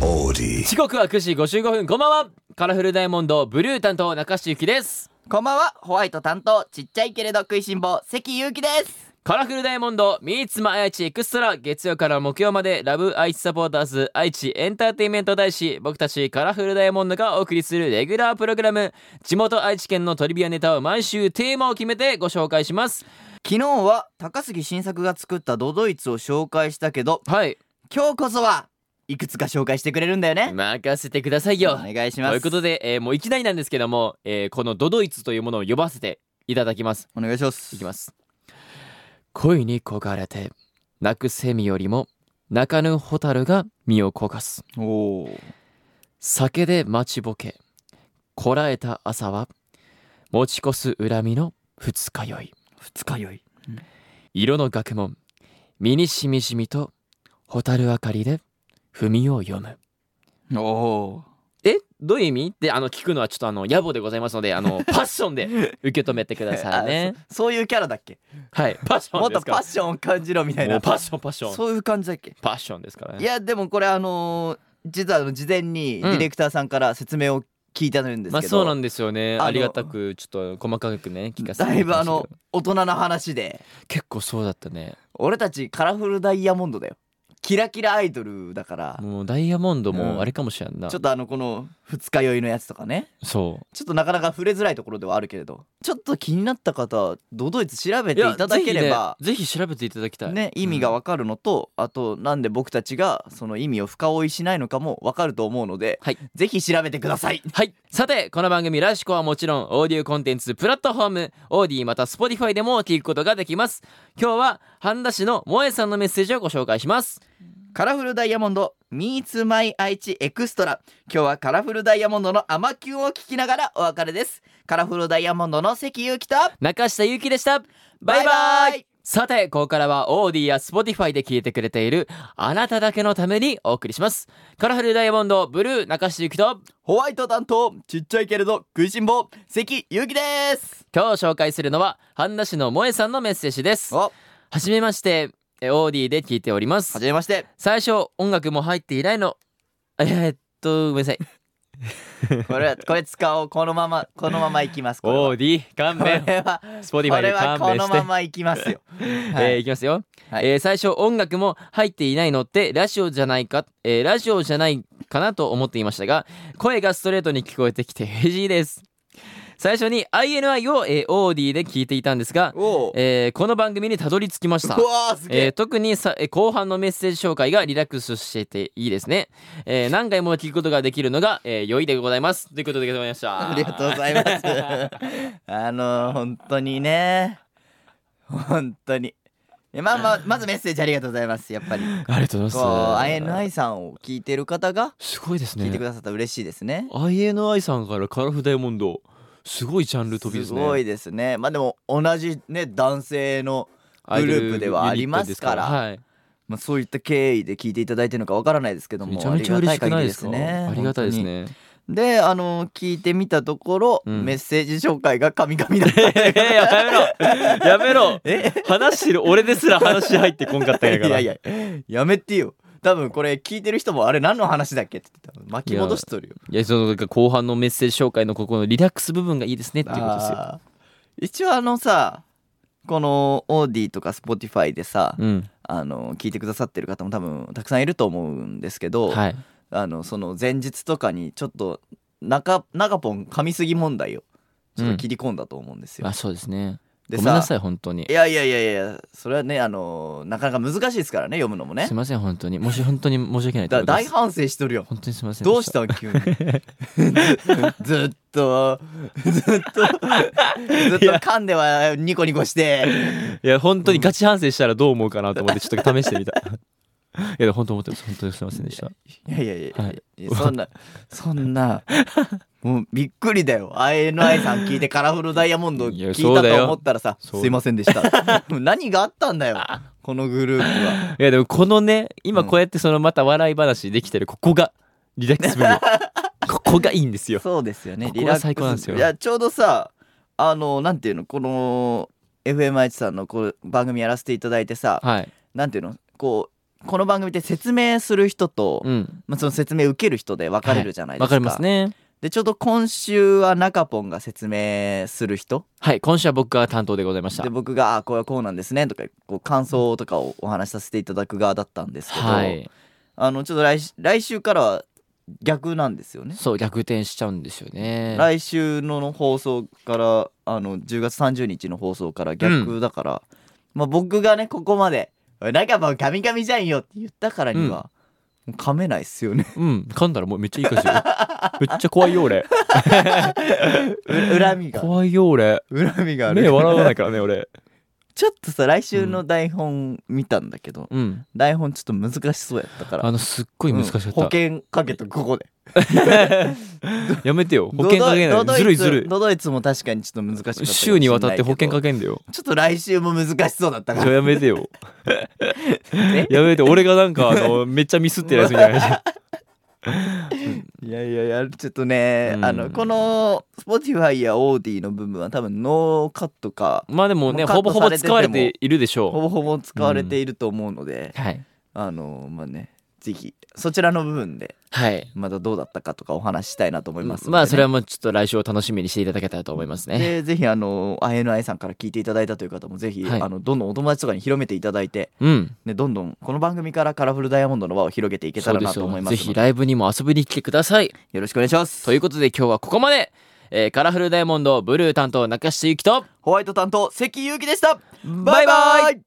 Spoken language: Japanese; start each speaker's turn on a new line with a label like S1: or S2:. S1: body.
S2: 時刻は9時55分こんばんはカラフルダイヤモンドブルー担当中志ゆきです
S3: こんばんは、ホワイト担当、ちっちゃいけれど食いしん坊、関ゆうきです。
S2: カラフルダイヤモンド三つま愛知エクストラ月曜から木曜までラブ愛知サポーターズ愛知エンターテインメント大使僕たちカラフルダイヤモンドがお送りするレギュラープログラム地元愛知県のトリビアネタを毎週テーマを決めてご紹介します
S3: 昨日は高杉晋作が作ったドドイツを紹介したけど、
S2: はい
S3: 今日こそはいくつか紹介してくれるんだよね。
S2: 任せてください
S3: お
S2: よ
S3: 願いしま
S2: と
S3: す。
S2: いうことで、えーもういきなりなんですけども、えーこのドドイツというものを呼ばせていただきます
S3: お願いします。
S2: いきます恋に焦がれて泣く蝉よりも泣かぬ蛍が身を焦がす
S3: おお。
S2: 酒で待ちぼけこらえた朝は持ち越す恨みの二日酔い
S3: 二日酔い。
S2: 色の学問身にしみしみと蛍明かりで踏みを読む
S3: おお。
S2: えどういう意味ってあの聞くのはちょっとあの野暮でございますのであの パッションで受け止めてくださいね
S3: あそそういうキャラだっけ
S2: はいパッショ
S3: も
S2: ン
S3: っ
S2: で
S3: と
S2: す
S3: パ
S2: から
S3: ッションを感じろみたい
S2: もう
S3: な。
S2: パッションパッション
S3: そういう感じだっけ
S2: パッションですからね
S3: いや、でもこれあのー実はあの事前
S2: う
S3: に
S2: ん
S3: ディレクターさんから説明を聞いたんですけど、
S2: まあそうなんですよね
S3: あの
S2: ありがたくちょっと細かくね聞かせて
S3: だいぶ
S2: もらい
S3: あの
S2: ましたけど
S3: 大人の話で
S2: 結構そうだったね
S3: 俺たちカラフルダイヤモンドだよキラキラアイドルだから
S2: もうダイヤモンド
S3: う
S2: も
S3: ん
S2: あれかもしれんな、
S3: ちょっとあのこの二日酔いのやつとかね
S2: そ
S3: ちょっとなかなか触れづらいところではあるけれどちょっと気になった方はドドイツ調べ
S2: う
S3: ていただければ
S2: ぜひ,、ぜひ調べていただきたい
S3: ね、意味がわかるのと、あとなんで僕たちがその意味を深追いしないのかもわかると思うので、
S2: はい
S3: ぜひ調べてください
S2: はいさてこの番組ラシコはもちろんオーディオコンテンツプラットフォームオーディまた Spotify でも聞くことができます今日は半田市の萌えさんのメッセージをご紹介します
S3: カラフルダイヤモンド Meets My 愛知エクストラ今日はカラフルダイヤモンドの甘キュンを聞きながらお別れですカラフルダイヤモンドの関ゆうきと
S2: 中下ゆきでしたバイバ
S3: バイバ
S2: イ
S3: イ
S2: さて、ここからはオーディやスポティファイで聞いてくれているあなただけのためにお送りします。カラフルダイヤモンド、ブルー、中志ゆきと、
S3: ホワイト担当ちっちゃいけれど食いしん坊関ゆうきです
S2: 今日紹介するのは、半田市の萌えさんのメッセージです。
S3: お
S2: はじめまして、えオーディで聞いております
S3: は。じめまして
S2: 最初、音楽も入っていないの。えーっと、ごめんなさい。
S3: これ これ使おうこのままこのままいきますこれは
S2: オーディ、勘
S3: こ
S2: 弁。
S3: れは
S2: スポティフ
S3: こ
S2: ァイ
S3: れ
S2: で
S3: は
S2: 勘
S3: こ
S2: 弁
S3: の
S2: して
S3: ま。まいきますよは
S2: えー
S3: い
S2: いきますよ、
S3: はい
S2: えー最初音楽も入っていないのってラジオじゃないか、えーラジオじゃないかなと思っていましたが声がストレートに聞こえてきて嬉しいです最初に INI を、えー、オーディで聞いていたんですが、
S3: おう
S2: えーこの番組にたどり着きました
S3: うわーすげ
S2: えー
S3: え
S2: 特にさ、えー後半のメッセージ紹介がリラックスしてていいですね、えー何回も聞くことができるのが、えー良いでございますということでございました
S3: ありがとうございます あの本当にね本当にえまあまあまずメッセージありがとうございますやっぱり
S2: ありがとうご
S3: こう
S2: ざいます
S3: INI さんを聞いてる方が
S2: すごいですね
S3: 聞いてくださったら嬉しいですね
S2: INI さんからカラフダイヤモンドすごいジャンル飛びですすね
S3: ごいですねまあでも同じね男性の
S2: アイドル
S3: グループではありますから
S2: ユニットです
S3: まあ、そういった経緯で聞いていただいてるのかわからないですけど
S2: からはい
S3: も
S2: めちゃめちゃ嬉しくないですか
S3: ありがた限
S2: ありがたいですね
S3: 本当にであの聞いてみたところ、
S2: うん
S3: メッセージ紹介が神 々だった
S2: えーや めろやめろ話してる俺ですら話入ってこんかったんや
S3: い
S2: から
S3: やいややめてよ多分これ聞いてる人もあれ何の話だっけって多分巻き戻しとるよ
S2: いやそのなんか後半のメッセージ紹介のここのリラックス部分がいいですねっていうことですよ
S3: あー一応あのさこのオーディとかスポティファイでさ、
S2: うん
S3: あの聞いてくださってる方も多分たくさんいると思うんですけど、
S2: はい
S3: あのその前日とかにちょっと中中ポン噛みすぎ問題をちょっと切り込んだと思うんですよ。
S2: あそうですねご
S3: で
S2: めん
S3: さ
S2: なさい本当に
S3: いやいやいやいやそれはねあのなかなか難しいですからね読むのもね
S2: すい。ません本当にもし本当に申し訳ないと
S3: だ
S2: 思いま
S3: 大
S2: す
S3: 反省しとるよ。
S2: 本当にすいませんで
S3: どうしたん急に ずずっとずっとずっと噛んではニコニコして
S2: いや本当にガチ反省したらどう思うかなと思ってちょっと試してみた いやでも本当思ってます本当にすいませんでした
S3: いやいやいや、
S2: はい
S3: そんなそんなもうびっくりだよ INI さん聞いてカラフルダイヤモンド
S2: いや
S3: 聞い
S2: そう
S3: た
S2: だよ
S3: と思ったらさ「
S2: そう
S3: すいません でした」もう何があったんだよこのグループはい
S2: やでもこのね今
S3: うん
S2: こうやってそのまた笑い話できてるここがリラックス部 分ここがいいんですよ
S3: そうですよね
S2: ここが最高なんですよ
S3: リラックスいやちょうどさあのなんていうのこの FMH さんのこう番組やらせていただいてさ
S2: はい
S3: なんていうのこうこの番組って説明する人と、
S2: うん
S3: まあ、その説明受ける人で分かれるじゃないで
S2: わ
S3: すか。
S2: かりますね
S3: でちょうど今週は中ポンが説明する人
S2: はい今週は僕が担当でございました
S3: で僕が「あこれはこうなんですね」とかこう感想とかをお話しさせていただく側だったんですけど、
S2: はい
S3: あのちょっと来し来週からは逆なんですよね。
S2: そう逆転しちゃうんですよね
S3: 来週の放送からあの10月30日の放送から逆だから、まあ、僕がねここまで「おい中ポンガミガミじゃんよ」って言ったからには、もう噛めないっすよね
S2: うん噛んだらもうめっちゃいい感じよ めっちゃ怖いよ俺
S3: う恨みが
S2: 怖いよ俺
S3: 恨みがある
S2: 目笑わないからね俺
S3: ちょっとさ来週の台本見たんだけど、
S2: うん
S3: 台本ちょっと難しそうやったから
S2: あのすっごい難しかっ
S3: う
S2: た、
S3: ん保険かけとここで
S2: やめてよ保険かけない
S3: ドド
S2: でず
S3: イツ
S2: るいずる
S3: ドドイツも確かにちょっと難しかったか
S2: い
S3: もし
S2: 週にわたって保険か
S3: け
S2: けんだよ
S3: ちょっと来週も難しそうだったか
S2: ちょ
S3: ら
S2: やめてよ
S3: ね
S2: やめて俺がなんかあの めっちゃミスってるやつみたいな感
S3: いやいやいやちょっとね、
S2: うん
S3: あのこの Spotify や OD の部分は多分ノーカットか
S2: じ まあでもね
S3: もうカ
S2: ほ
S3: ッ
S2: ぼほ
S3: トさ
S2: ぼ
S3: れてて
S2: 使
S3: も
S2: われているでし
S3: ほ
S2: ょ
S3: ぼほぼ使われていると思うので、
S2: うはい
S3: あのまあねぜひそちらの部分で
S2: はい
S3: またどうだったかとかお話ししたいなと思いますのでね、
S2: まあそれはもうちょっと来週を楽しみにしていただけたらと思いますね
S3: でぜひあの INI さんから聞いていただいたという方もぜひ、
S2: はい
S3: あのどんどんお友達とかに広めていただいて、
S2: うん
S3: ね、どんどんこの番組からカラフルダイヤモンドの輪を広げていけた
S2: そう
S3: ら
S2: で
S3: な
S2: す
S3: と
S2: よ
S3: 思いま
S2: ぜ
S3: す
S2: ひ
S3: ので
S2: ライブにも遊びに来てください
S3: よろしくお願いします
S2: ということで今日はここまで、えーカラフルダイヤモンドブルー担当中下ゆきと
S3: ホワイト担当関ゆうきでした
S2: バイバイ
S3: イ